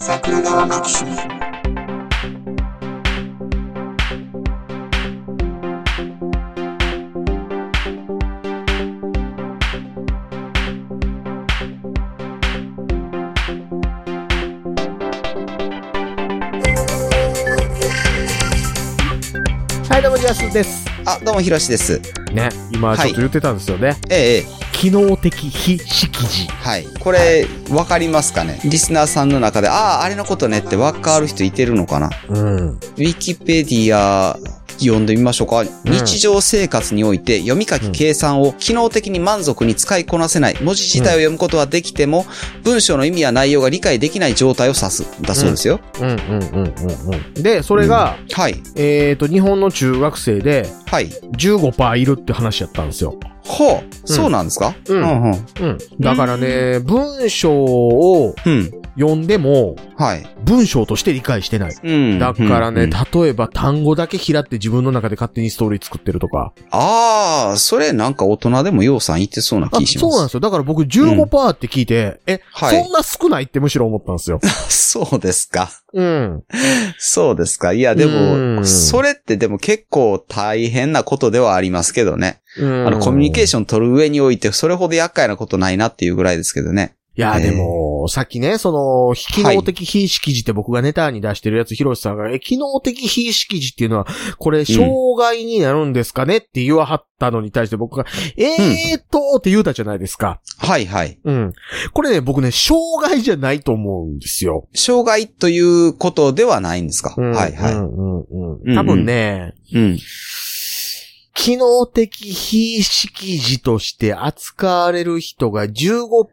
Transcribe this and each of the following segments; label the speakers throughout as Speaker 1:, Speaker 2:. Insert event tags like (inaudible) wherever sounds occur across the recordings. Speaker 1: 桜川マキシム
Speaker 2: はい、どうも、ジャスです。
Speaker 3: あ、どうも、ひろしです。
Speaker 2: ね、今ちょっと言ってたんですよね。
Speaker 3: ええ、ええ、
Speaker 2: 機能的非識字。
Speaker 3: はい。これ、わかりますかねリスナーさんの中で、ああ、あれのことねってわかる人いてるのかな
Speaker 2: うん。
Speaker 3: ウィキペディア、読んでみましょうか、日常生活において読み書き計算を機能的に満足に使いこなせない文字自体を読むことはできても文章の意味や内容が理解できない状態を指すんだそうですよ、
Speaker 2: うんうんうんうんうん。で、それが、
Speaker 3: はい
Speaker 2: えっ、と、日本の中学生で
Speaker 3: はい
Speaker 2: 15%いるって話やったんですよ。
Speaker 3: ほうそうなんですか
Speaker 2: うん
Speaker 3: うんうん
Speaker 2: うん。だからね、文章を
Speaker 3: うん
Speaker 2: 読んでも、
Speaker 3: はい
Speaker 2: 文章として理解してない。
Speaker 3: うん
Speaker 2: だからね、
Speaker 3: うん
Speaker 2: 例えば単語だけ拾って自分の中で勝手にストーリー作ってるとか。
Speaker 3: ああそれなんか大人でもようさん言ってそうな
Speaker 2: あ
Speaker 3: 気します
Speaker 2: そうなんですよ。だから僕15%って聞いて、え、
Speaker 3: はい
Speaker 2: そんな少ないってむしろ思ったんですよ。
Speaker 3: そうですか。
Speaker 2: うん。
Speaker 3: そうですか。いや、で
Speaker 2: う
Speaker 3: も、
Speaker 2: ん
Speaker 3: それってでも結構大変なことではありますけどね。
Speaker 2: うん
Speaker 3: あの、コミュニケーション取る上において、それほど厄介なことないなっていうぐらいですけどね。
Speaker 2: いや、
Speaker 3: えー
Speaker 2: でも、さっきね、その、非機能的非識字って僕がネタに出してるやつ、ヒロシさんが、え、機能的非識字っていうのは、これ、障害になるんですかねって言わはったのに対して僕が、えーっと、って言うたじゃないですか。
Speaker 3: はいはい。
Speaker 2: うん。これね、僕ね、障害じゃないと思うんですよ。
Speaker 3: 障害ということではないんですか。
Speaker 2: うん
Speaker 3: はいは
Speaker 2: う
Speaker 3: い。
Speaker 2: んうん
Speaker 3: うん
Speaker 2: う。
Speaker 3: うんん
Speaker 2: 多分ね、
Speaker 3: うん。
Speaker 2: 機能的非識字として扱われる人が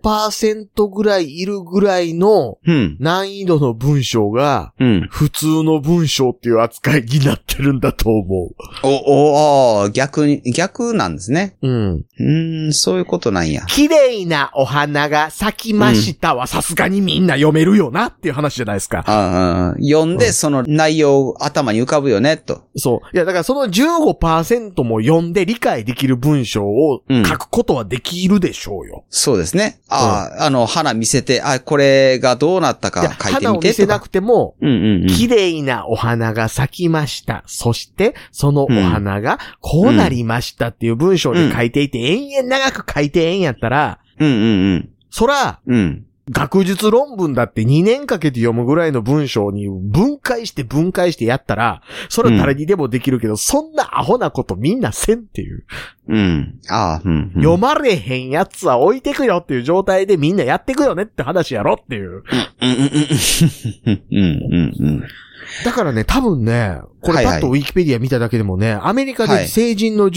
Speaker 2: 15%ぐらいいるぐらいの
Speaker 3: うん。
Speaker 2: 難易度の文章が、
Speaker 3: うん。
Speaker 2: 普通の文章っていう扱いになってるんだと思
Speaker 3: お、お、あー逆に、逆なんですね。
Speaker 2: う。うん。
Speaker 3: うーん、そういうことなんや。
Speaker 2: 綺麗なお花が咲きましたはさすがにみんな読めるよなっていう話じゃないですか。
Speaker 3: あーうん読ん
Speaker 2: う
Speaker 3: で、
Speaker 2: ん
Speaker 3: その内容、頭に浮かぶよね、と。
Speaker 2: そう。いや、だからその15%も読んで理解できる文章を書くことはできるでしょうよ。
Speaker 3: そうですね。ああ、あの、花見せて、あ、これがどうなったか
Speaker 2: いや
Speaker 3: 書いて
Speaker 2: 花
Speaker 3: み
Speaker 2: を見
Speaker 3: て
Speaker 2: せ
Speaker 3: とか
Speaker 2: なくても、
Speaker 3: うんうんうん。
Speaker 2: 綺麗なお花が咲きました。そして、そのお花がこうなりましたっていう文章で書いていて、延々長く書いてええんやったら、
Speaker 3: うんうん
Speaker 2: そら、
Speaker 3: うん。うん。
Speaker 2: 学術論文だって2年かけて読むぐらいの文章に分解して分解してやったら、それは誰にでもできるけど、そんなアホなことみんなせんっていう。
Speaker 3: うん。ああ、うん、うん。
Speaker 2: 読まれへんやつは置いてくよっていう状態でみんなやってくよねって話やろっていう。
Speaker 3: うんうんうん。うんうんうん。
Speaker 2: だからね、多分ね、こ
Speaker 3: は
Speaker 2: れ
Speaker 3: いは
Speaker 2: パ
Speaker 3: い
Speaker 2: ッとウィキペディア見ただけでもね、アメリカ
Speaker 3: は
Speaker 2: で
Speaker 3: い
Speaker 2: 成人の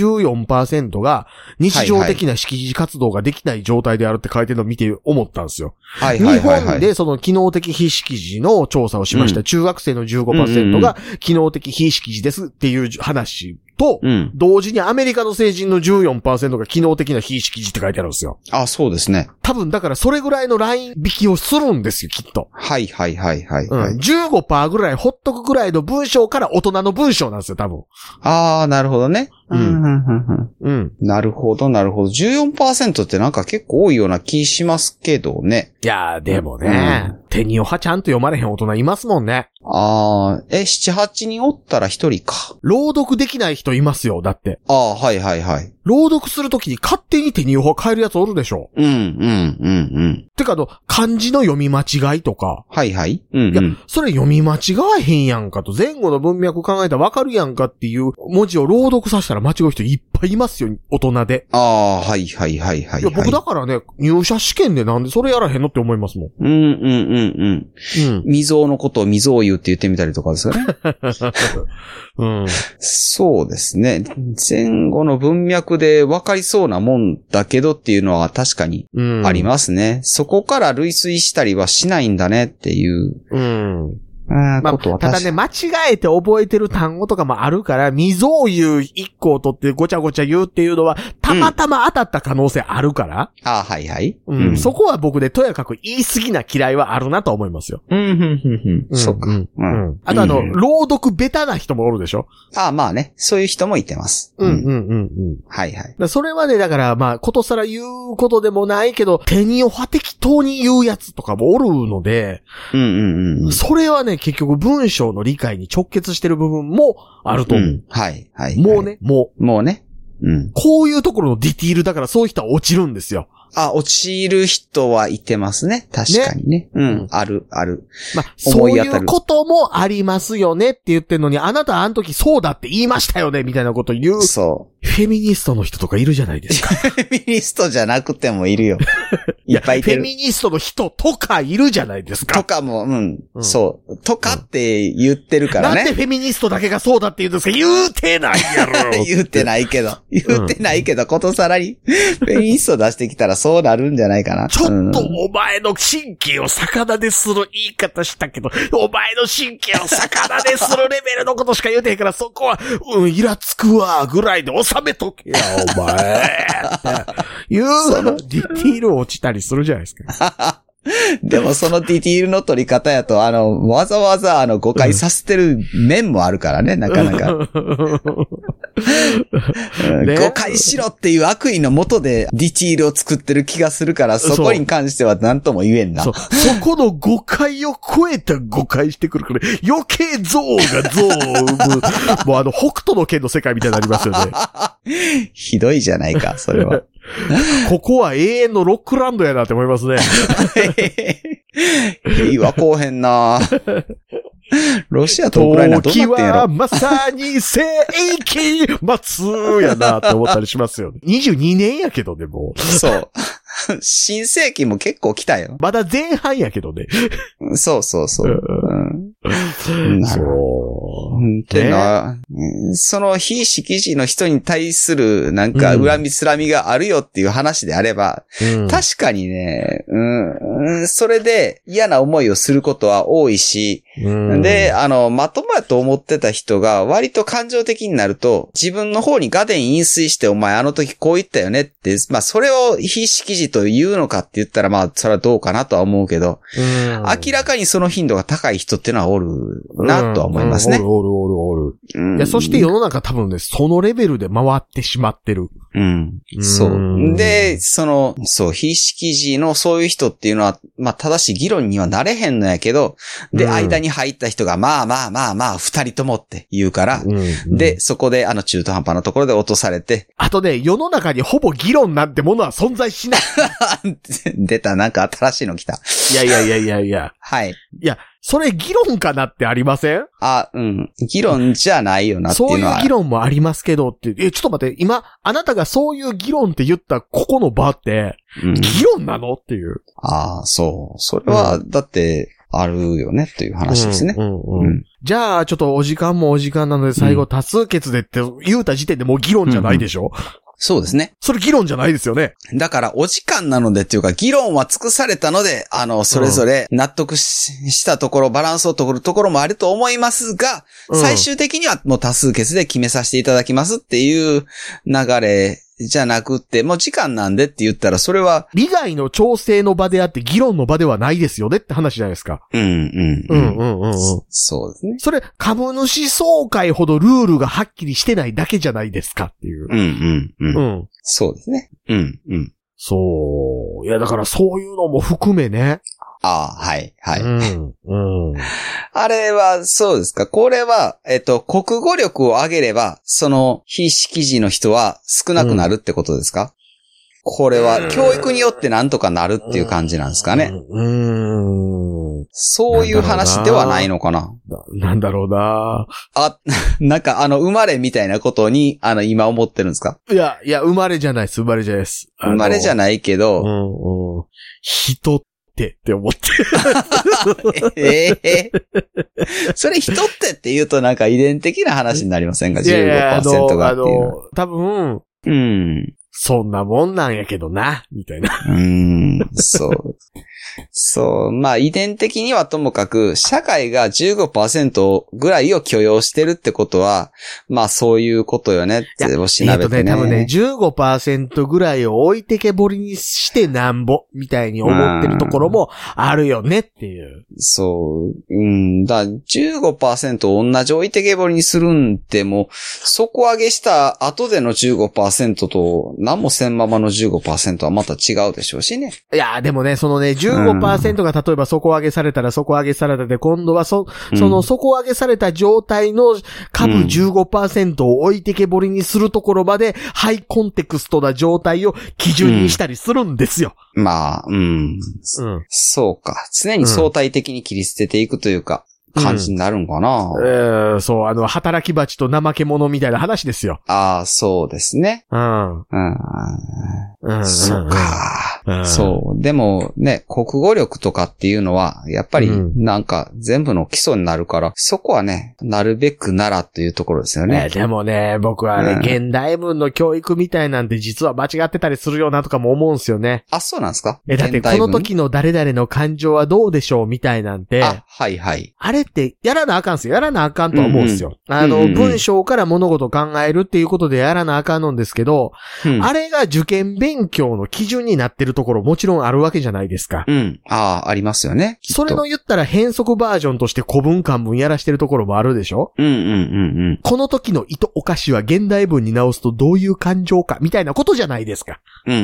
Speaker 2: 14%が日常的な識字活動ができない状態であるって書いてるのを見て思ったんですよ。
Speaker 3: はい
Speaker 2: 日
Speaker 3: はいはいは
Speaker 2: 本
Speaker 3: い。
Speaker 2: でその機能的非識字の調査をしました。
Speaker 3: う
Speaker 2: 中学生の
Speaker 3: うんうんう
Speaker 2: 15%
Speaker 3: ん
Speaker 2: が機能的非識字ですっていう話と、
Speaker 3: うん。
Speaker 2: 同時にアメリカの成人の14%が機能的な非識字って書いてあるんですよ。
Speaker 3: あそうですね。
Speaker 2: 多分だからそれぐらいのライン引きをするんですよ、きっと。
Speaker 3: はいはいはいはい、
Speaker 2: う
Speaker 3: はい
Speaker 2: ん。15%ぐらいほっとくぐらいの文章から大人の文章なんですよ、多分。
Speaker 3: ああ、なるほどね。
Speaker 2: うん
Speaker 3: うんうんうん
Speaker 2: うん。
Speaker 3: なるほど、なるほど。14%ってなんか結構多いような気しますけどね。
Speaker 2: いやー、でもね、手におはちゃんと読まれへん大人いますもんね。
Speaker 3: ああ、え、7、8人おったら1人か。
Speaker 2: 朗読できない人いますよ、だって。
Speaker 3: ああ、はいはいはい。
Speaker 2: 朗読するときに勝手に手におは変えるやつおるでしょ。
Speaker 3: うんうんうんうん。
Speaker 2: てか、あの、漢字の読み間違いとか、
Speaker 3: はいはい。うん、
Speaker 2: いや
Speaker 3: うん。
Speaker 2: それ読み間違わへんやんかと、前後の文脈考えたらわかるやんかっていう文字を朗読させたら間違う人いっぱいいますよ、大人で。
Speaker 3: ああー、はいはいはいはい、はい
Speaker 2: いや、僕だからね、入社試験でなんでそれやらへんのって思いますも
Speaker 3: (laughs)
Speaker 2: ん。
Speaker 3: うんうんうん
Speaker 2: うん
Speaker 3: うん。。未曾有のことを未曾有って言ってみたりとかですよね。
Speaker 2: うん。
Speaker 3: そうですね。前後の文脈で分かりそうなもんだけどっていうのは確かに
Speaker 2: うん。
Speaker 3: ありますね。そこから類推したりはしないんだねっていう、
Speaker 2: うん。
Speaker 3: あー
Speaker 2: まあ、
Speaker 3: ことは
Speaker 2: ただ
Speaker 3: 確か
Speaker 2: ね、
Speaker 3: に。
Speaker 2: 間違えて覚えてる単語とかもあるから、未曾有一個を取ってごちゃごちゃ言うっていうのは、たまたま当たった可能性あるから、
Speaker 3: ああ、はいはい。
Speaker 2: うんそこは僕でとやかく言い過ぎな嫌いはあるなと思いますよ。
Speaker 3: うん、うん、うん、うん。そっか。
Speaker 2: うん
Speaker 3: う。
Speaker 2: うんんあとあの、
Speaker 3: うん
Speaker 2: 朗読ベタな人もおるでしょ
Speaker 3: ああ、まあね。そういう人もいてます。
Speaker 2: うん。うんうんうん。だか
Speaker 3: はいはい。
Speaker 2: らそれはね、だからまあ、ことさら言うことでもないけど、手には適当に言うやつとかもおるので、
Speaker 3: うん、うん、うん。
Speaker 2: それはね、結局文章の理解に直結してる部分もあると
Speaker 3: う
Speaker 2: 思う。
Speaker 3: ん。はい、はい。
Speaker 2: もう。ね、もう、
Speaker 3: もうね。うん。
Speaker 2: こういうところのディティールだからそういう人は落ちるんですよ。
Speaker 3: あ、落ちる人はいてますね。確かにね。うん。ある、ある。
Speaker 2: まあ、そ
Speaker 3: 思
Speaker 2: う
Speaker 3: い
Speaker 2: い
Speaker 3: 当た
Speaker 2: う
Speaker 3: る
Speaker 2: こともありますよねって言ってんのに、あなたあの時そうだって言いましたよねみたいなこと言う、フ
Speaker 3: そ
Speaker 2: ェミニストの人とかいるじゃないですか。
Speaker 3: う。フェミニストじゃなくてもいる
Speaker 2: (laughs)
Speaker 3: よ。いっぱいい
Speaker 2: フ
Speaker 3: て
Speaker 2: ェ
Speaker 3: る。
Speaker 2: ミニストの人とかいるじゃないです
Speaker 3: と
Speaker 2: か。
Speaker 3: かも、うん、
Speaker 2: うん
Speaker 3: そう。とかって言ってるか
Speaker 2: な
Speaker 3: ら
Speaker 2: んで
Speaker 3: ね。
Speaker 2: フェミニストだけがそうだって言うんですか言 (laughs) うてないやろ。
Speaker 3: (laughs) 言って
Speaker 2: い。
Speaker 3: ないけど。言ってないけど、ことさらに、
Speaker 2: (laughs)
Speaker 3: フェミニスト出してきたらそうなるんじゃないかな。
Speaker 2: ちょっ
Speaker 3: う
Speaker 2: と
Speaker 3: ん
Speaker 2: お前の神経を魚でする言い方したけど、お前の神経を魚でするレベルのことしか言うてへんから、そこは、うん、イラつくわ、ぐらいで収めとけや、お前。って言うの、ディティール落ちたりするじゃないですか。
Speaker 3: でもそのディティールの取り方やと、あの、わざわざあの、誤解させてる面もあるからね、なかな
Speaker 2: (laughs)
Speaker 3: か。うん
Speaker 2: ね
Speaker 3: 誤解しろっていう悪意のもとでディティールを作ってる気がするから、そこに関しては何とも言えんな
Speaker 2: そ。うそこの誤解を超えた誤解してくるから、余計憎悪が憎悪を生む。 (laughs) もうあの、北斗の剣の世界みたいになりますよね。
Speaker 3: (laughs) ひどいじゃないか、それは。
Speaker 2: ここは永遠のロックランドやなって思いますね。
Speaker 3: (laughs) 平和こうへんなロシアとウクライナどう
Speaker 2: 時
Speaker 3: なってんや
Speaker 2: は
Speaker 3: ろ
Speaker 2: まさに世紀末やなって思ったりしますよね。22年やけどね、もう。
Speaker 3: そう。新世紀も結構来たよ。
Speaker 2: まだ前半やけどね。
Speaker 3: そうそうそうう。うん、なるほど。
Speaker 2: そ
Speaker 3: う
Speaker 2: う。
Speaker 3: んってな、うんその非識字の人に対するなんか
Speaker 2: うん
Speaker 3: 恨みつらみがあるよっていう話であれば、確かにね、うん、うんそれで嫌な思いをすることは多いし、
Speaker 2: うん
Speaker 3: で、、あの、まともやと思ってた人が割と感情的になると、自分の方にガデン飲水してお前あの時こう言ったよねって、まあそれを非識字と言うのかって言ったらまあそれはどうかなとは思うけど、
Speaker 2: うん
Speaker 3: 明らかにその頻度が高い人ってのはおるなとは思います
Speaker 2: うん
Speaker 3: ね。
Speaker 2: うんおるおるおるおる。
Speaker 3: うん
Speaker 2: いや、そして世の中多分ね、そのレベルで回ってしまってる。
Speaker 3: うん。
Speaker 2: うん
Speaker 3: そう。で、その、そう、非識字のそういう人っていうのは、まあ、正しい議論にはなれへんのやけど、で、
Speaker 2: うん
Speaker 3: 間に入った人が、まあまあまあまあ、二人ともって言うから、で、そこで、あの、中途半端なところで落とされて、 (laughs)
Speaker 2: あとね、世の中にほぼ議論なんてものは存在しない。
Speaker 3: 出た、なんか新しいの来た。
Speaker 2: いやいやいやいやいや。
Speaker 3: はい。
Speaker 2: いや、それ議論かなってありません
Speaker 3: あ、うん。議論じゃないよなってい
Speaker 2: そ
Speaker 3: の
Speaker 2: ううい
Speaker 3: は。
Speaker 2: う議論もありますけどって、え、ちょっと待って、今、あなたがそういう議論って言ったここの場って、
Speaker 3: うん
Speaker 2: 議論なのっていう。
Speaker 3: ああ、そう。それは、だって、あるよね、という話ですね。
Speaker 2: うんうんうん
Speaker 3: うん
Speaker 2: じゃあ、ちょっとお時間もお時間なので、最後多数決でって言うた時点でもう議論じゃないでしょ、
Speaker 3: そうですね。
Speaker 2: それ議論じゃないですよね。
Speaker 3: だから、お時間なのでっていうか、議論は尽くされたので、あの、それぞれ納得し,、したところ、バランスを取るところもあると思いますが、
Speaker 2: うん
Speaker 3: 最終的にはもう多数決で決めさせていただきますっていう流れじゃなくて、もう時間なんでって言ったら、それは、
Speaker 2: 利害の調整の場であって、議論の場ではないですよねって話じゃないですか。
Speaker 3: うん、う、
Speaker 2: うんんうんうんうん。
Speaker 3: そうですね。
Speaker 2: それ、株主総会ほどルールがはっきりしてないだけじゃないですかっていう。
Speaker 3: うん、うん、う
Speaker 2: う
Speaker 3: ん。
Speaker 2: ん。
Speaker 3: そうですね。うん、うん。
Speaker 2: そう。いや、だからそういうのも含めね。
Speaker 3: ああ、はい、はい。
Speaker 2: うん。うん。
Speaker 3: あれは、そうですか。これは、えっと、国語力を上げれば、その、非識字の人は少なくなるってことですか、これは、教育によってなんとかなるっていう感じなんですかね。
Speaker 2: うん。
Speaker 3: そういう話ではないのかな
Speaker 2: ななんだろうな
Speaker 3: あ、なんか、あの、生まれみたいなことに、あの、今思ってるんですか
Speaker 2: いや、いや、生まれじゃないです。生まれじゃないです。
Speaker 3: 生まれじゃ
Speaker 2: ない。
Speaker 3: ないけ
Speaker 2: う
Speaker 3: ど、
Speaker 2: んうん。人ってって思って。
Speaker 3: ええ (laughs) それ人ってって言うとなんか遺伝的な話になりませんか ?15%
Speaker 2: いやいやあの、
Speaker 3: が
Speaker 2: あ
Speaker 3: っていうのは。
Speaker 2: の、多分、
Speaker 3: うん。
Speaker 2: そんなもんなんやけどな、みたいな。
Speaker 3: うーん、そう。そう、 (laughs) まあ遺伝的にはともかく、社会が15%ぐらいを許容してるってことは、まあそういうことよねって、おし
Speaker 2: え
Speaker 3: な
Speaker 2: っ
Speaker 3: べ
Speaker 2: と
Speaker 3: て
Speaker 2: ね、
Speaker 3: ね。
Speaker 2: 多分ね、15%ぐらいを置いてけぼりにしてなんぼ、みたいに思ってるところもあるよねっていう。
Speaker 3: そう、うん、だ、15%同じ置いてけぼりにするんでも、底上げした後での15%と、何もせんままの15%はまた違うでしょうしね。
Speaker 2: いやーでもね、そのね、15%が例えば底上げされたら底上げされたで、今度はそ、
Speaker 3: うん
Speaker 2: その底上げされた状態の株
Speaker 3: うん
Speaker 2: 15%を置いてけぼりにするところまで、ハイコンテクストな状態を基準にしたりするんですよ。
Speaker 3: まあ、うん。
Speaker 2: うん。
Speaker 3: そうか。常に相対的に切り捨てていくというか、
Speaker 2: うん
Speaker 3: 感じになるんかな。
Speaker 2: えーそう、あの、働き蜂と怠け者みたいな話ですよ。
Speaker 3: ああ、そうですね。
Speaker 2: うん。
Speaker 3: うん。
Speaker 2: うん。
Speaker 3: そうか。
Speaker 2: うん。
Speaker 3: そう。でもね、国語力とかっていうのは、やっぱり
Speaker 2: うん
Speaker 3: なんか全部の基礎になるから、そこはね、なるべくならというところですよ
Speaker 2: ね、
Speaker 3: ね。
Speaker 2: でもね、僕はね、
Speaker 3: うん
Speaker 2: 現代文の教育みたいなんて実は間違ってたりするよなとかも思うんすよね。
Speaker 3: あ、そうなんですか
Speaker 2: え、だって
Speaker 3: 現
Speaker 2: こ
Speaker 3: 代
Speaker 2: の
Speaker 3: 文
Speaker 2: 時の誰々の感情はどうでしょうみたいなんて、
Speaker 3: あ、はいはい。
Speaker 2: あれってやらなあかんっすよ。やらなあかんとは思うんすよ。あ
Speaker 3: うん
Speaker 2: の、
Speaker 3: うんうん
Speaker 2: 文章から物事を考えるっていうことでやらなあかんのんですけど、
Speaker 3: うん。
Speaker 2: あれが受験勉強の基準になってるところもちろんあるわけじゃないですか。
Speaker 3: うん。ああ、ありますよね。きっと
Speaker 2: それの。言ったら変則バージョンとして古文漢文やらしてるところもあるでしょ
Speaker 3: うんうんうんうん。
Speaker 2: この時の意図おかしは現代文に直すとどういう感情かみたいなことじゃないですか。
Speaker 3: うんうんう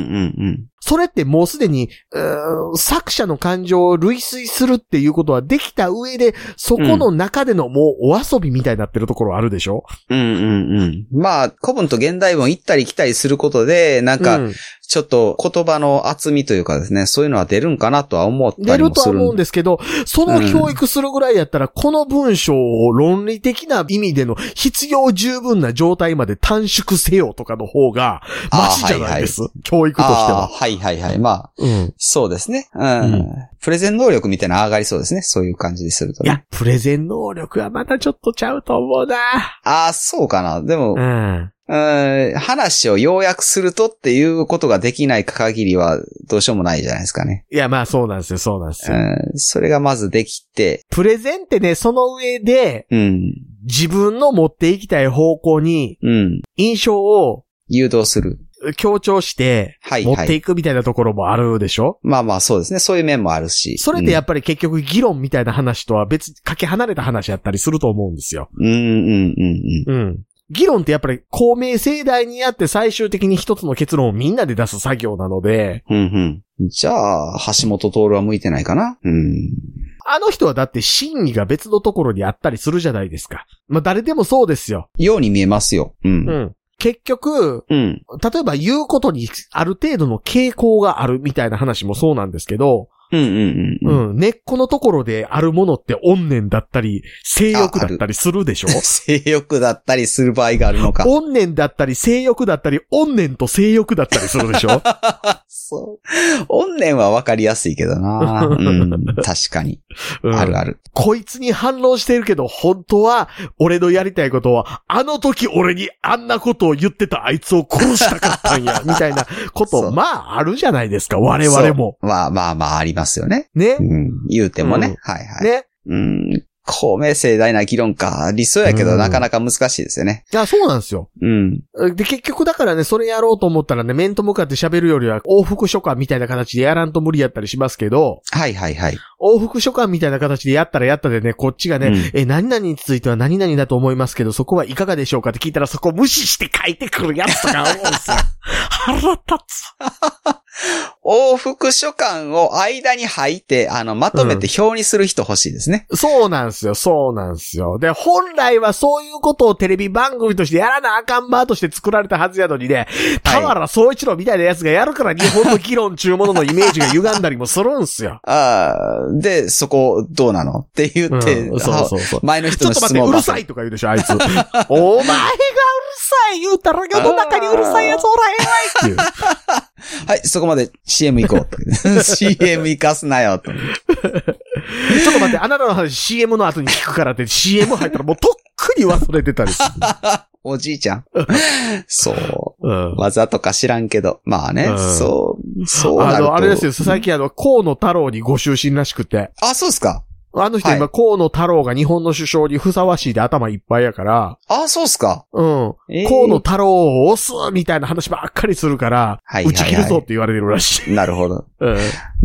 Speaker 3: ん。
Speaker 2: それってもうすでに、うーん作者の感情を類推するっていうことはできた上で、そこの中でのもうお遊びみたいになってるところあるでしょ
Speaker 3: うんうんうん。まあ、古文と現代文行ったり来たりすることで、なんか、
Speaker 2: うん
Speaker 3: ちょっと言葉の厚みというかですね、そういうのは出るんかなとは思った
Speaker 2: 出
Speaker 3: り
Speaker 2: る
Speaker 3: も
Speaker 2: とは
Speaker 3: する
Speaker 2: 思うん
Speaker 3: ん
Speaker 2: ですけど、その教育するぐらいやったら、この文章を論理的な意味での必要十分な状態まで短縮せよとかの方が、マシじゃないです。教育として
Speaker 3: ああ
Speaker 2: は。
Speaker 3: はいはいはい。まあ、
Speaker 2: うん
Speaker 3: そうですね。うん。
Speaker 2: うん
Speaker 3: プレゼン能力みたいなの上がりそうですね。そういう感じにすると、
Speaker 2: い
Speaker 3: ね。
Speaker 2: や、プレゼン能力はまたちょっとちゃうと思うな。
Speaker 3: ああ、そうかな。でも、
Speaker 2: うん。
Speaker 3: うん、話を要約するとっていうことができない限りはどうしようもないじゃないですかね。
Speaker 2: いや、まあそうなんですよ、そうなんです
Speaker 3: う
Speaker 2: よ。
Speaker 3: ん、それがまずできて、
Speaker 2: プレゼンってね、その上で、
Speaker 3: うん、
Speaker 2: 自分の持っていきたい方向に、
Speaker 3: うん、
Speaker 2: 印象を
Speaker 3: 誘導する。
Speaker 2: 強調して、
Speaker 3: はい
Speaker 2: 持
Speaker 3: は
Speaker 2: って
Speaker 3: い。
Speaker 2: いくみたいなところもあるでしょ、
Speaker 3: まあまあそうですね。そういう面もあるし。
Speaker 2: それってやっぱり結局議論みたいな話とは別にかけ離れた話やったりすると思うんですよ。
Speaker 3: うん、うん、うん、うん。
Speaker 2: うん。議論ってやっぱり公明正大にあって最終的に一つの結論をみんなで出す作業なので、
Speaker 3: うん、うん。じゃあ、橋本徹は向いてないかなうん。
Speaker 2: あの人はだって真意が別のところにあったりするじゃないですか。まあ誰でもそうですよ。
Speaker 3: ように見えますよ。うん。
Speaker 2: うん。結局、
Speaker 3: うん。
Speaker 2: 例えば言うことにある程度の傾向があるみたいな話もそうなんですけど、
Speaker 3: うんうんうん。
Speaker 2: うん、根っこのところであるものって怨念だったり、性欲だったりするでしょ
Speaker 3: (laughs) 性欲だったりする場合があるのか。
Speaker 2: 怨念だったり、性欲だったり、怨念と性欲だったりする
Speaker 3: (laughs)
Speaker 2: でしょ
Speaker 3: そう。怨念はわかりやすいけどな。うん。確かに。
Speaker 2: うん
Speaker 3: あるある。
Speaker 2: こいつに反論してるけど、本当は、俺のやりたいことは、あの時俺にあんなことを言ってたあいつを殺したかった
Speaker 3: (laughs)
Speaker 2: んや、みたいなこ
Speaker 3: そ
Speaker 2: と、
Speaker 3: う
Speaker 2: まあ、あるじゃないですか、我々も。
Speaker 3: まあまあまあありますよね。
Speaker 2: ね
Speaker 3: う。ん。言うてもね。
Speaker 2: うん
Speaker 3: はいはい。
Speaker 2: ね。
Speaker 3: うん。公明正大な議論か。理想やけ
Speaker 2: う
Speaker 3: ど
Speaker 2: ん
Speaker 3: なかなか難しいですよね。
Speaker 2: いや、そうなんですよ。
Speaker 3: うん。
Speaker 2: で、結局だからね、それやろうと思ったらね、面と向かって喋るよりは、往復書簡みたいな形でやらんと無理やったりしますけど、
Speaker 3: はいはいはい。
Speaker 2: 往復書簡みたいな形でやったらやったでね、こっちがね、
Speaker 3: うん
Speaker 2: え、何々については何々だと思いますけど、そこはいかがでしょうかって聞いたら、そこ無視して書いてくるやつとか思うんですよ。 (laughs) 腹立つ。
Speaker 3: 往復書簡を間に入って、あの、まとめて表にする人欲しいですね。
Speaker 2: そうなんですよ、そうなんですよ。で、本来はそういうことをテレビ番組としてやらなあかんばとして作られたはずやのにね、田原総一郎みたいなやつがやるから日本の議論中もののイメージが歪んだりもするんすよ。
Speaker 3: ああ、で、そこ、どうなのって言
Speaker 2: うん、
Speaker 3: って、
Speaker 2: そうそうそう。
Speaker 3: 前の
Speaker 2: ち
Speaker 3: 人
Speaker 2: ょ
Speaker 3: の
Speaker 2: っと
Speaker 3: 質
Speaker 2: 待って、
Speaker 3: 問
Speaker 2: うる
Speaker 3: ばか
Speaker 2: さ
Speaker 3: り
Speaker 2: いとか言うでしょ、あいつ。お前がうるさい言うたら世の中にうるさいやつおらへんわいって
Speaker 3: はい、そこまで CM 行こう。CM
Speaker 2: (laughs)
Speaker 3: 行かすなよと。 (laughs)
Speaker 2: いう。ちょっと待って、あなたの話 CM の後に聞くからって CM 入ったらもうとっくり忘れてたりする。
Speaker 3: おじいちゃん。 (laughs) そう。
Speaker 2: うん。
Speaker 3: 技とか知らんけど。まあね、
Speaker 2: うん
Speaker 3: そう、そうな
Speaker 2: あ
Speaker 3: ると。
Speaker 2: の、あれですよ、最近あの、河野太郎にご就寝らしくて。
Speaker 3: あ、そうですか。
Speaker 2: あの人
Speaker 3: は
Speaker 2: 今、河野太郎が日本の首相にふさわしいで頭いっぱいやから、
Speaker 3: あ、そうっすか。
Speaker 2: うん。
Speaker 3: えー
Speaker 2: 河野太郎を押すみたいな話ばっかりするから、
Speaker 3: はいはいはい
Speaker 2: 打ち切るぞって言われてる
Speaker 3: (laughs)
Speaker 2: らしい。
Speaker 3: なるほど。
Speaker 2: うん。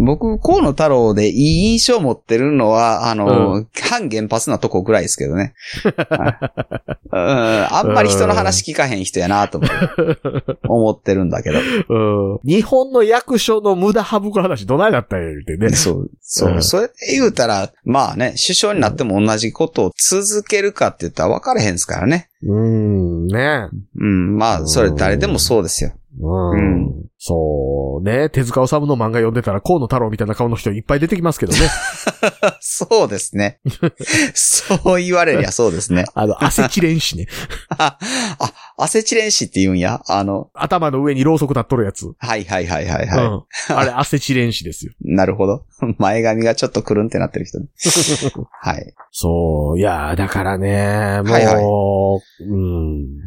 Speaker 3: 僕、河野太郎でいい印象を持ってるのは、あの、
Speaker 2: う
Speaker 3: 反原発なとこぐらいですけど
Speaker 2: (laughs)
Speaker 3: ね。はいうん、あんまり人の話聞かへん人やなと思う思ってるんだけど。
Speaker 2: うん。日本の役所の無駄省く話どないだったんや、言う
Speaker 3: (laughs)
Speaker 2: てね。
Speaker 3: そう、そうう。
Speaker 2: ん
Speaker 3: それで言うたら、まあね、首相になっても同じことを続けるかって言ったら分かれへんすからね。
Speaker 2: うーん、ね
Speaker 3: うん、まあ、それ誰でもそうです
Speaker 2: (laughs)
Speaker 3: よ。
Speaker 2: う
Speaker 3: うん
Speaker 2: ん。そうね。手塚治虫の漫画読んでたら河野太郎みたいな顔の人いっぱい出てきますけど
Speaker 3: (laughs)
Speaker 2: ね。
Speaker 3: そうです
Speaker 2: (laughs)
Speaker 3: ね。そう言われりゃそうですね。
Speaker 2: あ (laughs) の、アセチレ
Speaker 3: (laughs)
Speaker 2: ン紙ね。
Speaker 3: あ、あアセチレンシって言うんや。あの、
Speaker 2: 頭の上にろうそく立っとるやつ。
Speaker 3: はいはいはいはいはい。
Speaker 2: うん。あれ、アセチレン紙ですよ。
Speaker 3: なるほど。前髪がちょっとくるんってなってる
Speaker 2: (laughs)
Speaker 3: 人ね。はい。
Speaker 2: そう、いやー、だからね、もう、
Speaker 3: はいは
Speaker 2: う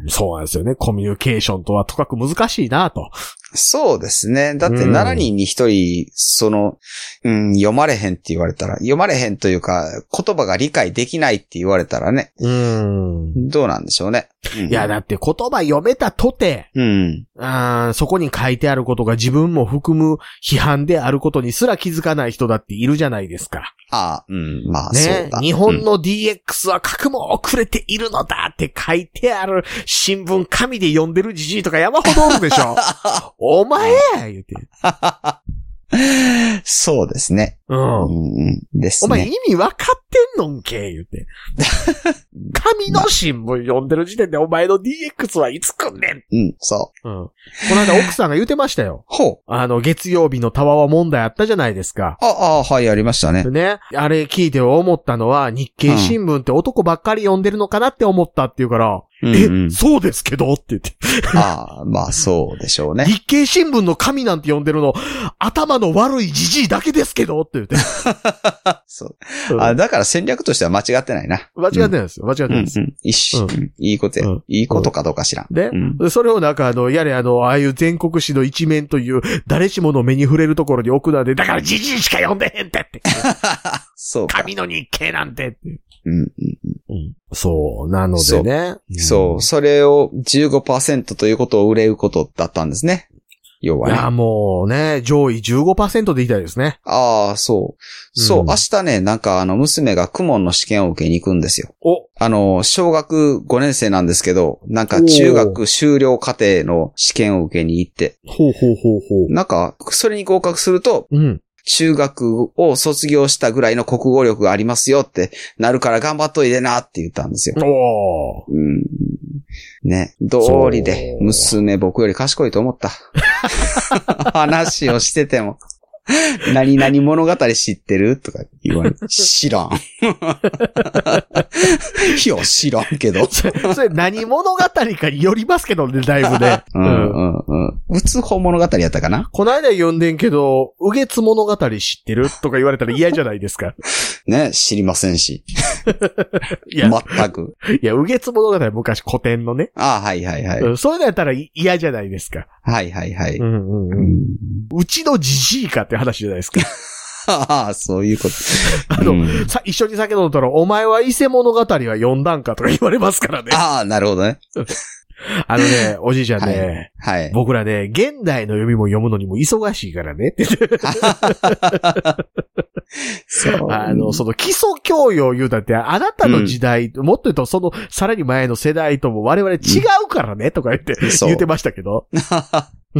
Speaker 2: ん、そうなんですよね。コミュニケーションとはとかく難しいなと。
Speaker 3: そうですね。だって
Speaker 2: うん
Speaker 3: 7人に1人、その、うん、読まれへんって言われたら、読まれへんというか、言葉が理解できないって言われたらね、
Speaker 2: うん。
Speaker 3: どうなんでしょうね。うん、
Speaker 2: いや、だって言葉読めたとて、
Speaker 3: うん。
Speaker 2: あーそこに書いてあることが自分も含む批判であることにすら気づかない人だっているじゃないですか。
Speaker 3: ああ、うん、まあ、そう
Speaker 2: ね
Speaker 3: だ。、
Speaker 2: 日
Speaker 3: う
Speaker 2: 本
Speaker 3: ん (laughs)
Speaker 2: の DX は格も遅れているのだって書いてある新聞紙で読んでるじじいとか山ほどおるで
Speaker 3: (laughs)
Speaker 2: しょ。お前や言うて。
Speaker 3: そうですね。
Speaker 2: う
Speaker 3: うん
Speaker 2: ん。、
Speaker 3: うんです
Speaker 2: お前
Speaker 3: ね。
Speaker 2: 意味分かってんのんけ言
Speaker 3: (laughs)
Speaker 2: うて。紙の新聞読んでる時点でお前の DX はいつ来んねん。うん。
Speaker 3: うん、そう。
Speaker 2: この間奥さんが言うてましたよ。
Speaker 3: ほう。
Speaker 2: あの、月曜日のタワー問題あったじゃないですか。
Speaker 3: ああ、はい、ありましたね
Speaker 2: で。ね、あれ聞いて思ったのは、日経新聞って男ばっかり読んでるのかなって思ったっていうから、
Speaker 3: うん、
Speaker 2: え、
Speaker 3: うん。
Speaker 2: そうですけどって言って。
Speaker 3: ああ、まあ、そうでしょうね。
Speaker 2: 日経新聞の神なんて呼んでるの、頭の悪いじじいだけですけどって言って。
Speaker 3: (laughs) そう。 (laughs) あ、だから戦略としては間違ってないな。
Speaker 2: 間違ってないですよ。間違って
Speaker 3: う
Speaker 2: なんいです。
Speaker 3: うん一緒
Speaker 2: うん
Speaker 3: うんいいことや
Speaker 2: うん。
Speaker 3: いいことかどうか知らん。
Speaker 2: で (laughs)
Speaker 3: うん (laughs)
Speaker 2: それをなんかあの、やれあの、ああいう全国紙の一面という、誰しもの目に触れるところに置くなんで、だからじじいしか読んでへんっ
Speaker 3: (laughs)
Speaker 2: てって。
Speaker 3: そうか。
Speaker 2: 神の日経なんてって。
Speaker 3: うんうん
Speaker 2: そう、なのでね。
Speaker 3: そう。それを15%ということを売れることだったんですね。要
Speaker 2: うん。い
Speaker 3: はね。
Speaker 2: や、もうね、上位15%でいきたいですね。
Speaker 3: ああ、そう。そうう。
Speaker 2: ん
Speaker 3: 明日ね、なんかあの、娘が公文の試験を受けに行くんですよ。
Speaker 2: お、
Speaker 3: あの、小学5年生なんですけど、なんか中学修了課程の試験を受けに行って、
Speaker 2: ほうほうほうほう。
Speaker 3: なんか、それに合格すると、
Speaker 2: うん。
Speaker 3: 中学を卒業したぐらいの国語力がありますよってなるから頑張っといてなって言ったんですよ。
Speaker 2: おー。
Speaker 3: うん。ね。通りで、
Speaker 2: そう
Speaker 3: 娘僕より賢いと思った。 (laughs) 話をしてても。何々物語知ってるとか言われて。知らん。 (laughs) いや、知らんけど。
Speaker 2: そ (laughs) れ、それ何物語かによりますけどね、だいぶね。
Speaker 3: うんうんうん。うつほ物語やったかな
Speaker 2: (laughs) この間読んでんけど、うげつ物語知ってるとか言われたら嫌じゃないですか。
Speaker 3: ね、知りませんし。
Speaker 2: (laughs) いや、
Speaker 3: 全く。
Speaker 2: (laughs) いや、うげつ物語は昔古典のね。
Speaker 3: ああ、はいはいはい。
Speaker 2: うんそういうのやったらい嫌じゃないですか。
Speaker 3: はいはいはい。
Speaker 2: ん
Speaker 3: う
Speaker 2: うんうちのじじいかって話じゃないですか。
Speaker 3: ああ、 (laughs) そういうこと。
Speaker 2: あの
Speaker 3: うん
Speaker 2: さ、一緒に酒飲んだら、お前は伊勢物語は読んだんかとか言われますからね。あ
Speaker 3: ああ、なるほどね。
Speaker 2: のね、おじいちゃんね、
Speaker 3: はい。
Speaker 2: 僕らね、現代の読みも読むのにも忙しいからね。
Speaker 3: そう
Speaker 2: あの、その基礎教養言うたって、あなたの時代、もっと言うとその、さらに前の世代とも我々違うからね、とか言って、
Speaker 3: そう
Speaker 2: 言ってましたけど。。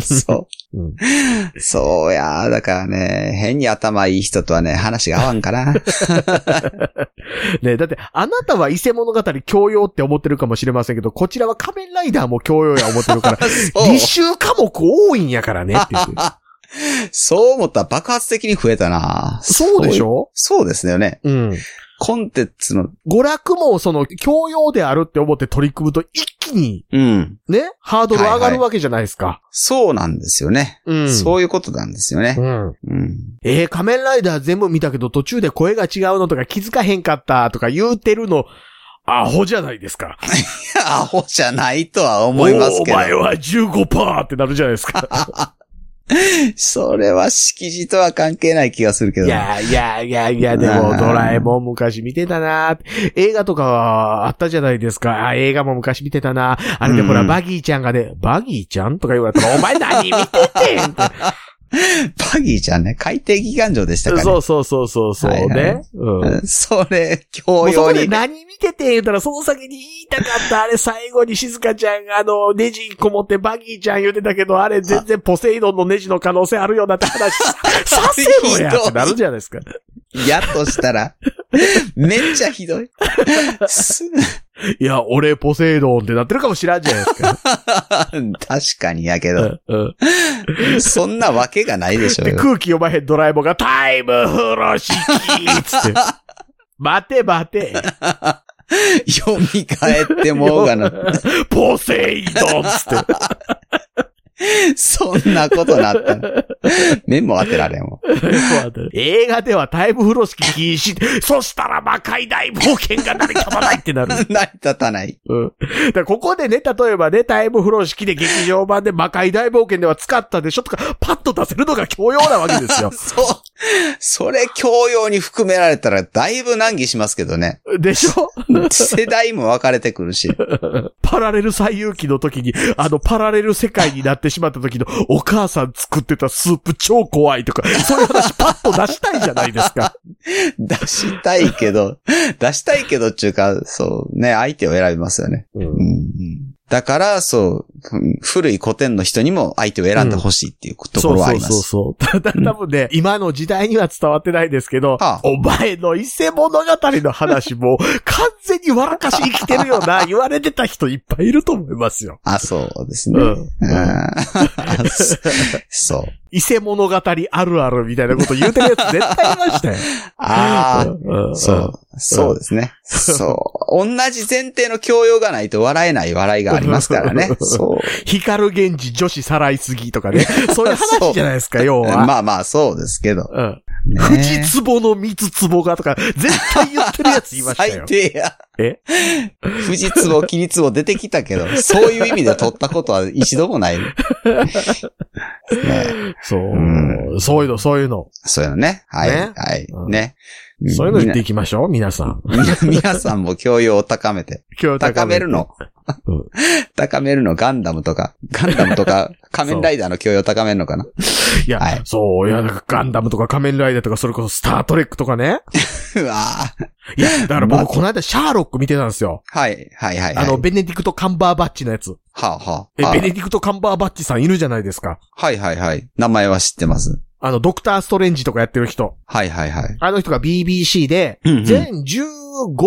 Speaker 3: そううんそうや、だからね、変に頭いい人とはね、話が合わんか
Speaker 2: (laughs)
Speaker 3: な。
Speaker 2: ね、だって、あなたは伊勢物語教養って思ってるかもしれませんけど、こちらは仮面ライダーも教養や思って
Speaker 3: (laughs)
Speaker 2: るから、履修科目多いんやからねって言って
Speaker 3: そう思ったら爆発的に増えたな。
Speaker 2: そうでしょ
Speaker 3: そうですよね。
Speaker 2: うん。
Speaker 3: コンテンツの、
Speaker 2: 娯楽もその、教養であるって思って取り組むと、一気に、
Speaker 3: うん。
Speaker 2: ね、ハードル上がるわけじゃないですか。
Speaker 3: そうなんですよね。
Speaker 2: うん。
Speaker 3: そういうことなんですよね。
Speaker 2: うん。
Speaker 3: うん。
Speaker 2: えー、仮面ライダー全部見たけど途中で声が違うのとか気づかへんかったとか言うてるの、アホじゃないですか。
Speaker 3: アホじゃないとは思いますけど
Speaker 2: お。前は15%ってなるじゃないですか。
Speaker 3: それは敷地とは関係ない気がするけど
Speaker 2: い
Speaker 3: な。
Speaker 2: やいやいやいや、でも
Speaker 3: うん
Speaker 2: ドラえもん昔見てたな映画とかはあったじゃないですか。あ映画も昔見てたなあれでほら、
Speaker 3: うん
Speaker 2: バギーちゃんがね、バギーちゃんとか言われたら、お前何見て
Speaker 3: (laughs)
Speaker 2: てんって。
Speaker 3: バギーちゃんね、海底祈願場でしたからね
Speaker 2: そうそうそうそうそう
Speaker 3: はいはい
Speaker 2: ね。うん。
Speaker 3: うん。それ、教
Speaker 2: もうそ
Speaker 3: 養
Speaker 2: こで
Speaker 3: に。
Speaker 2: 何見てて言うたら、その先に言いたかった、あれ最後に静香ちゃんがあの、ネジこもってバギーちゃん言うてたけど、あれ全然ポセイドンのネジの可能性あるよなって話、させろやってなるじゃない (laughs) ですか。
Speaker 3: やっとしたら、めっちゃひどい。す
Speaker 2: いや、俺ポセイドンってなってるかもしらんじゃないですか。
Speaker 3: 確かにやけど、
Speaker 2: うんうん
Speaker 3: そんなわけがないでしょう
Speaker 2: で、
Speaker 3: よ。
Speaker 2: 空気読まへんドラえもんが、タイム風呂敷つ (laughs) って。待て待て。
Speaker 3: 読み返ってもうがな。
Speaker 2: (laughs) ポセイドンつって。
Speaker 3: そんなことなったの。目も当てられんわ。
Speaker 2: 映画ではタイム風呂敷禁止。そしたら魔界大冒険が成り立たないってなる。
Speaker 3: 成り立たない。。
Speaker 2: (laughs) うん。だからここでね、例えばね、タイム風呂敷で劇場版で魔界大冒険では使ったでしょとか、パッと出せるのが教養なわけですよ
Speaker 3: そう。それ教養に含められたらだいぶ難儀しますけどね。
Speaker 2: (laughs) でしょ
Speaker 3: 世代も分かれてくるし。
Speaker 2: パラレル最遊記の時に、あの、パラレル世界になってしまった時の、お母さん作ってたスープ超怖いとか、そういう話パッと出したいじゃないですか。
Speaker 3: 出したいけど、出したいけどっていうか、そうね、相手を選びますよね。
Speaker 2: (laughs) う
Speaker 3: うん
Speaker 2: ん。
Speaker 3: うんだから、そう、ふ古い古典の人にも相手を選んでほしいっていうとこ
Speaker 2: そう
Speaker 3: ろはあ
Speaker 2: そう
Speaker 3: りま
Speaker 2: そう
Speaker 3: す。
Speaker 2: そう。ただ
Speaker 3: うん
Speaker 2: 多分ね、今の時代には伝わってないですけど、
Speaker 3: はあ
Speaker 2: お前の伊勢物語の話も、完全に笑かし生きてるよ
Speaker 3: (laughs)
Speaker 2: な、言われてた人いっぱいいると思いますよ。
Speaker 3: あ、そうです
Speaker 2: う
Speaker 3: ね。
Speaker 2: ん。
Speaker 3: うんそそう。
Speaker 2: 伊勢物語あるあるみたいなこと言うてるやつ絶対いましたよ。
Speaker 3: ああ、
Speaker 2: うん、 (laughs) うん。
Speaker 3: そう。、そうですね。そう。同じ前提の教養がないと笑えない笑いがありますからね
Speaker 2: (laughs)
Speaker 3: そう。
Speaker 2: 光源氏女子さらいすぎ
Speaker 3: (laughs)
Speaker 2: とかね。そういう話じゃないですか、要は。
Speaker 3: まあまあ、そうですけど。
Speaker 2: うん。
Speaker 3: ね
Speaker 2: 藤壺の三つ壺がとか、絶対言ってるやついましたよ
Speaker 3: 最。低や。
Speaker 2: え
Speaker 3: (laughs) 富士壺、切り壺出てきたけど、そういう意味で取ったことは一度もない。ね
Speaker 2: そうう。そういうの、そういうの。
Speaker 3: そういうのね。はい。
Speaker 2: ね
Speaker 3: はい。
Speaker 2: うん
Speaker 3: ね。
Speaker 2: そういうの言っていきましょう、皆さん。
Speaker 3: みん (laughs) な皆さんも教養を高めて。
Speaker 2: 今日
Speaker 3: 高めるの。
Speaker 2: うん。
Speaker 3: 高めるの、ガンダムとか。ガンダムと
Speaker 2: (laughs)
Speaker 3: か、仮面ライダーの教養を高めるのかな。 (laughs)
Speaker 2: いや
Speaker 3: はい、
Speaker 2: そう、いや、だからガンダムとか仮面ライダーとか、それこそスタートレックとかね。
Speaker 3: うわぁ
Speaker 2: いや、だから
Speaker 3: まあ
Speaker 2: 僕、この間シャーロック見てたんですよ。
Speaker 3: はい、はい、はい。
Speaker 2: あの、、ベネディクト・カンバーバッチのやつ。
Speaker 3: はあ、は
Speaker 2: え、
Speaker 3: あ。
Speaker 2: ベネディクト・カンバーバッチさんいるじゃないですか。
Speaker 3: はい、はい、はい。名前は知ってます。
Speaker 2: あの、ドクター・ストレンジとかやってる人。
Speaker 3: はい、はい、はい。
Speaker 2: あの人が BBC で、
Speaker 3: うんうん
Speaker 2: 全15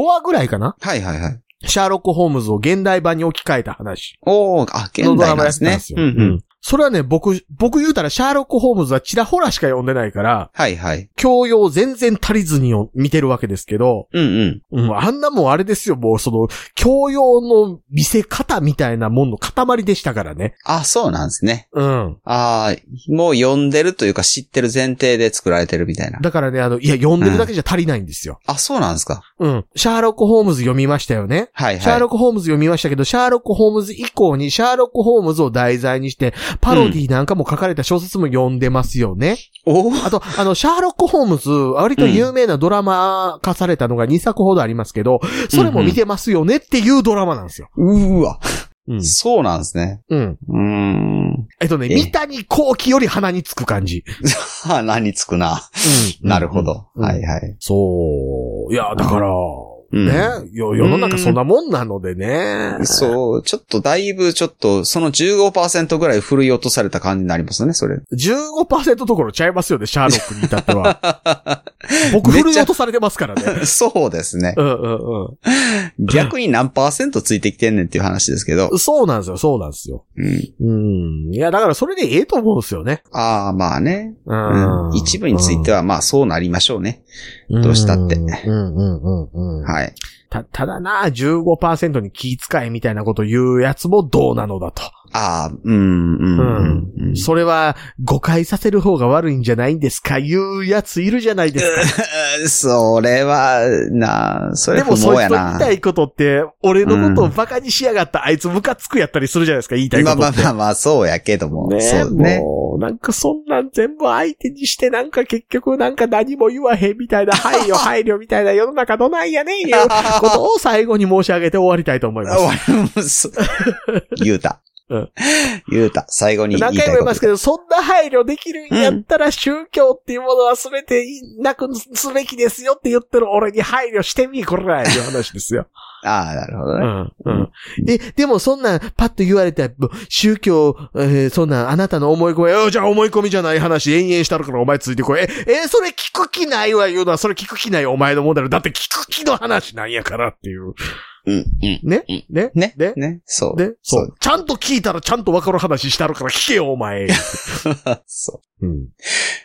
Speaker 2: 話ぐらいかな
Speaker 3: はい、はい、はい。
Speaker 2: シャーロック・ホームズを現代版に置き換えた話
Speaker 3: おー、あ、現
Speaker 2: のド
Speaker 3: 代
Speaker 2: ラ
Speaker 3: なん
Speaker 2: マ
Speaker 3: で
Speaker 2: やって
Speaker 3: す
Speaker 2: たん
Speaker 3: ね
Speaker 2: で。すよ。
Speaker 3: うん、うん。
Speaker 2: それはね、僕、僕言うたらシャーロック・ホームズはちらほらしか読んでないから、
Speaker 3: はい、はい。
Speaker 2: 教養全然足りずによ見てるわけですけど、
Speaker 3: うん、うん。
Speaker 2: うん、あんなもんあれですよ、もうその、教養の見せ方みたいなもんの塊でしたからね。
Speaker 3: あ、そうなんですね。
Speaker 2: うん。
Speaker 3: ああ、もう読んでるというか知ってる前提で作られてるみたいな。
Speaker 2: だからね、あの、いや、読んでるだけじゃ足りないんですよ。
Speaker 3: あ、そうなんですか。
Speaker 2: うん。シャーロック・ホームズ読みましたよね。
Speaker 3: はい
Speaker 2: シャ
Speaker 3: は
Speaker 2: ー
Speaker 3: い
Speaker 2: ロッ。ク・ホームズ読みましたけど、シャーロック・ホームズ以降にシャーロック・ホームズを題材にして、パロディなんかも書かれた小説も読んでますよね。
Speaker 3: おー
Speaker 2: あと、あの、シャーロック・ホームズ、割と有名なドラマ化されたのが2作ほどありますけど、それも見てますよねっていうドラマなんですよ。
Speaker 3: うーわ。
Speaker 2: うん。
Speaker 3: そうなんですね。
Speaker 2: うん。
Speaker 3: うーん。
Speaker 2: えっとね、
Speaker 3: え
Speaker 2: 三谷幸喜より鼻につく感じ。
Speaker 3: 何つくな。
Speaker 2: うん
Speaker 3: なるほ。ど。
Speaker 2: うん
Speaker 3: はいはい。
Speaker 2: そう。いや、だから、
Speaker 3: ん
Speaker 2: ね、よ世の中そんなもんなのでね。
Speaker 3: そう、ちょっとだいぶちょっと、その15%ぐらい振い落とされた感じになりますね、それ。 (laughs)
Speaker 2: 15%どころちゃいますよね、シャーロックに至っ
Speaker 3: (laughs)
Speaker 2: ては。僕、振
Speaker 3: めっちゃ
Speaker 2: り落とされてますからね。
Speaker 3: そうですね
Speaker 2: う。んうん
Speaker 3: 逆に何パーセントついてきてんねんっていう話ですけど
Speaker 2: うん。。そうなんですよ、そうなんですよ。
Speaker 3: うん。
Speaker 2: うん。いや、だからそれでええと思うんですよね。
Speaker 3: ああ、まあね。
Speaker 2: う
Speaker 3: うん。一部については、まあそうなりましょうね。どうしたって
Speaker 2: うんうんうんうん。
Speaker 3: はい。
Speaker 2: た、ただな、15%に気遣いみたいなこと言うやつもどうなのだと。
Speaker 3: ああ、うん、うん、うん。
Speaker 2: それは誤解させる方が悪いんじゃないんですかいうやついるじゃないですか。
Speaker 3: うん (laughs) それは、なあ、それ
Speaker 2: で
Speaker 3: 不
Speaker 2: もそ
Speaker 3: 毛
Speaker 2: い
Speaker 3: や
Speaker 2: つの言い
Speaker 3: な。
Speaker 2: たいことって、俺のことをバカにしやがった、あいつムカつくやったりするじゃないですか、言いたいこ
Speaker 3: ま
Speaker 2: と
Speaker 3: あ
Speaker 2: っ
Speaker 3: ま
Speaker 2: て。
Speaker 3: あまあまあ、そうやけども。
Speaker 2: ねえ、
Speaker 3: そうね。 (laughs)
Speaker 2: もう、なんかそんなん全部相手にして、なんか結局なんか何も言わへんみた
Speaker 3: (laughs)
Speaker 2: いな、配慮配慮みたいな世の中どないやねんいうことを最後に申し上げて終わりたいと思います。
Speaker 3: 終わります。言うた
Speaker 2: (laughs) うん。
Speaker 3: 言うた。最後に言
Speaker 2: 何
Speaker 3: いた
Speaker 2: 回
Speaker 3: い
Speaker 2: も
Speaker 3: こと
Speaker 2: 言いますけど、そんな配慮できるんやったら宗教っていうものは全てなくすべきですよって言ってる俺に配慮してみ、こら、いう話です
Speaker 3: (laughs)
Speaker 2: よ。
Speaker 3: ああ、なるほどね。
Speaker 2: うんうんえ、でもそんなん、パッと言われたら、もう宗教、えーそんなん、あなたの思い込み、えーじゃあ思い込みじゃない話、延々したるからお前ついてこい。え、えーそれ聞く気ないわ、言うのは、それ聞く気ないお前の問題だ。だって聞く気の話なんやからっていう。
Speaker 3: うん、うん。
Speaker 2: ね
Speaker 3: うん
Speaker 2: ね
Speaker 3: ね
Speaker 2: で
Speaker 3: ねそう。
Speaker 2: で、そ。
Speaker 3: そう
Speaker 2: ちゃんと聞いたらちゃんと分かる話したるから聞けよ、お前。
Speaker 3: そ
Speaker 2: う
Speaker 3: (laughs)
Speaker 2: ん。
Speaker 3: う。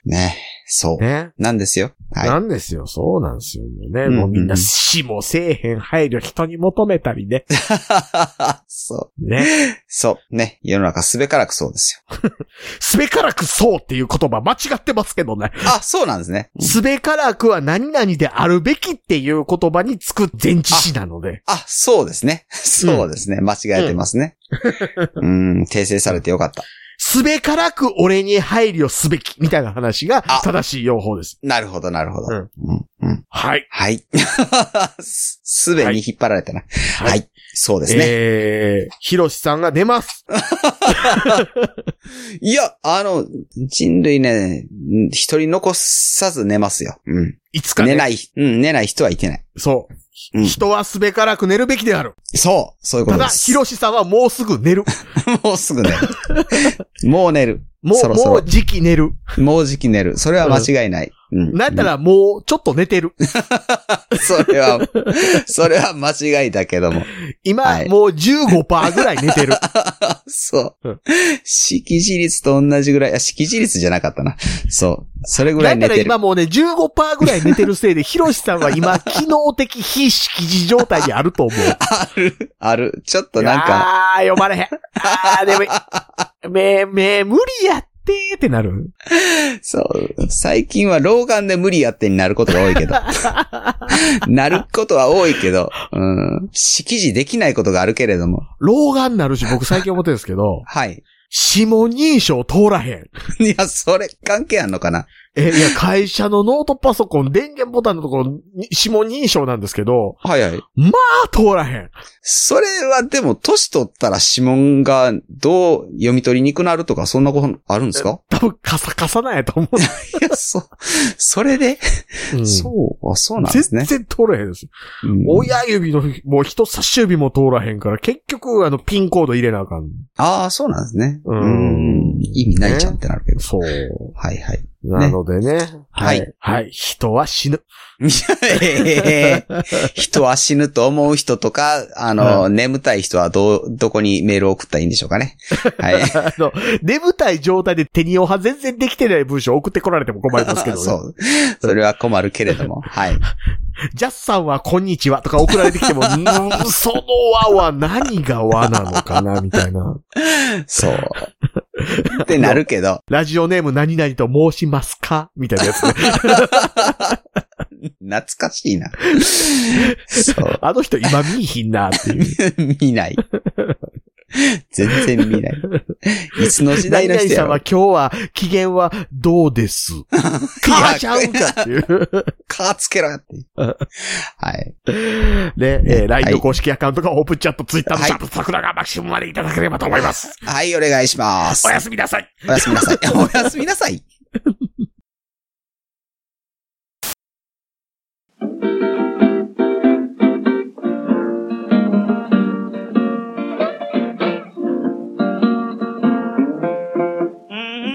Speaker 3: ね。そう。
Speaker 2: ね。
Speaker 3: なんですよ。はい。
Speaker 2: なんですよ、そうなんですよ。もうね、
Speaker 3: うん
Speaker 2: もうみん
Speaker 3: う
Speaker 2: な、
Speaker 3: ん
Speaker 2: 死もせえへん配慮人に求めたりね。
Speaker 3: (laughs) そ
Speaker 2: ね。
Speaker 3: う。そう。ね。世の中すべからくそうです
Speaker 2: (laughs)
Speaker 3: よ。
Speaker 2: すべからくそうっていう言葉間違ってますけどね。
Speaker 3: あ、そうなんですね。
Speaker 2: すべからくは何々であるべきっていう言葉につく前置詞なので。
Speaker 3: あ、そうですね。そうですね。間違えてますね。うん、訂正されてよかった。
Speaker 2: すべからく俺に配慮すべきみたいな話が
Speaker 3: あ
Speaker 2: 正しい用法です。
Speaker 3: なるほど、なるほど。
Speaker 2: う
Speaker 3: うんん、うん。
Speaker 2: はい。
Speaker 3: はい。 (laughs) すすべに引っ張られたな。
Speaker 2: は
Speaker 3: はいい。そうですね。
Speaker 2: えー、ひろしさんが出ます。
Speaker 3: いや、あの、人類ね、うん一人残さず寝ますよ。うん。
Speaker 2: いつかね。
Speaker 3: 寝ない、うん、寝ない人はいけない。
Speaker 2: そう、
Speaker 3: うん
Speaker 2: 人はすべからく寝るべきである。
Speaker 3: そう、そういうこ
Speaker 2: た
Speaker 3: と
Speaker 2: だ、
Speaker 3: です。
Speaker 2: ひろしさんはもうすぐ寝る。
Speaker 3: (laughs) もうすぐ寝る。もう寝る。
Speaker 2: もう、
Speaker 3: そろそろ
Speaker 2: もう時期寝る。
Speaker 3: もうじき寝る。それは間違いない。うん。
Speaker 2: なんやったらもうちょっと寝てる。
Speaker 3: それは、それは間違いだけども。
Speaker 2: 今、
Speaker 3: はい
Speaker 2: もう15%ぐらい寝てる。。
Speaker 3: そううん識字率と同じぐらい、あ、識字率じゃなかったな。そう。そ (laughs) れぐら
Speaker 2: だ
Speaker 3: い
Speaker 2: か
Speaker 3: 寝
Speaker 2: ら
Speaker 3: てる
Speaker 2: 今。もうね、15%ぐらい寝てるせいで、ヒロシさんは今、機能的非識字状態にあると
Speaker 3: (laughs)
Speaker 2: 思う。
Speaker 3: ある、ある。ちょっとなんか、
Speaker 2: あー、読まれへん。あー、眠い。
Speaker 3: (laughs)
Speaker 2: め、め、無理やってーってなる。
Speaker 3: そう。最近は老眼で無理やってになることが多いけ
Speaker 2: (laughs)
Speaker 3: ど。なることは多いけど、うん。識字できないことがあるけれども。
Speaker 2: 老眼になるし、僕最近思ってるんですけど、
Speaker 3: はい。 (laughs)
Speaker 2: 指紋認証通らへん。
Speaker 3: いや、それ関係あんのかな
Speaker 2: え、いや、会社のノートパソコン、電源ボタンのところ、に指紋認証なんですけど、
Speaker 3: はいはい。
Speaker 2: あー、通らへん。
Speaker 3: それはでも、年取ったら指紋がどう読み取りにくくなるとか、そんなことあるんです
Speaker 2: (laughs)
Speaker 3: か
Speaker 2: 多分、カサカサなんやと思う。
Speaker 3: いや、そ、それで、
Speaker 2: うん
Speaker 3: そう、あ、そうなんですね。
Speaker 2: 全然通らへんです。
Speaker 3: うん
Speaker 2: 親指の、もう人差し指も通らへんから、結局、あの、ピンコード入れなあかん。
Speaker 3: ああ、そうなんですね。
Speaker 2: う
Speaker 3: うんん。意味ないじゃんってなるけど。
Speaker 2: そう。
Speaker 3: はいはい。
Speaker 2: なのでね。
Speaker 3: はい。
Speaker 2: はい。人は死ぬ。 (laughs)
Speaker 3: えー (laughs) 人は死ぬと思う人とか、あの、眠たい人はどう、どこにメールを送ったらいいんでしょうか (laughs) ね。はい。
Speaker 2: あの、眠たい状態で手におは全然できてない文章送ってこられても困りますけど
Speaker 3: (laughs)
Speaker 2: ね。
Speaker 3: そ。う。それは困るけれども。はい。
Speaker 2: ジャスさんはこんにちはとか送られて
Speaker 3: (laughs)
Speaker 2: きても、うーんその和は何が和なのかな、みたいな。
Speaker 3: そう。ってなるけど。
Speaker 2: ラジオネーム何々と申しますかみたいなやつね。
Speaker 3: 懐かしいな。そう。 (laughs)
Speaker 2: あの人今見いひんなっていう。
Speaker 3: 見ない。全然見ない。いつの時代の
Speaker 2: 何々
Speaker 3: 人や
Speaker 2: さん
Speaker 3: ろ
Speaker 2: は。今日は、機嫌はど
Speaker 3: (laughs)
Speaker 2: うですかちゃうかっていう。
Speaker 3: かつけろよって。はい。
Speaker 2: ね、えー、
Speaker 3: はい
Speaker 2: LINE の公式アカウントがオープンチャット、ツイッターの
Speaker 3: はい
Speaker 2: シャープ、桜がマキシムまでいただければと思います。
Speaker 3: はい、お願いします
Speaker 2: お。やすみなさい。
Speaker 3: おやすみなさい。おやすみなさい。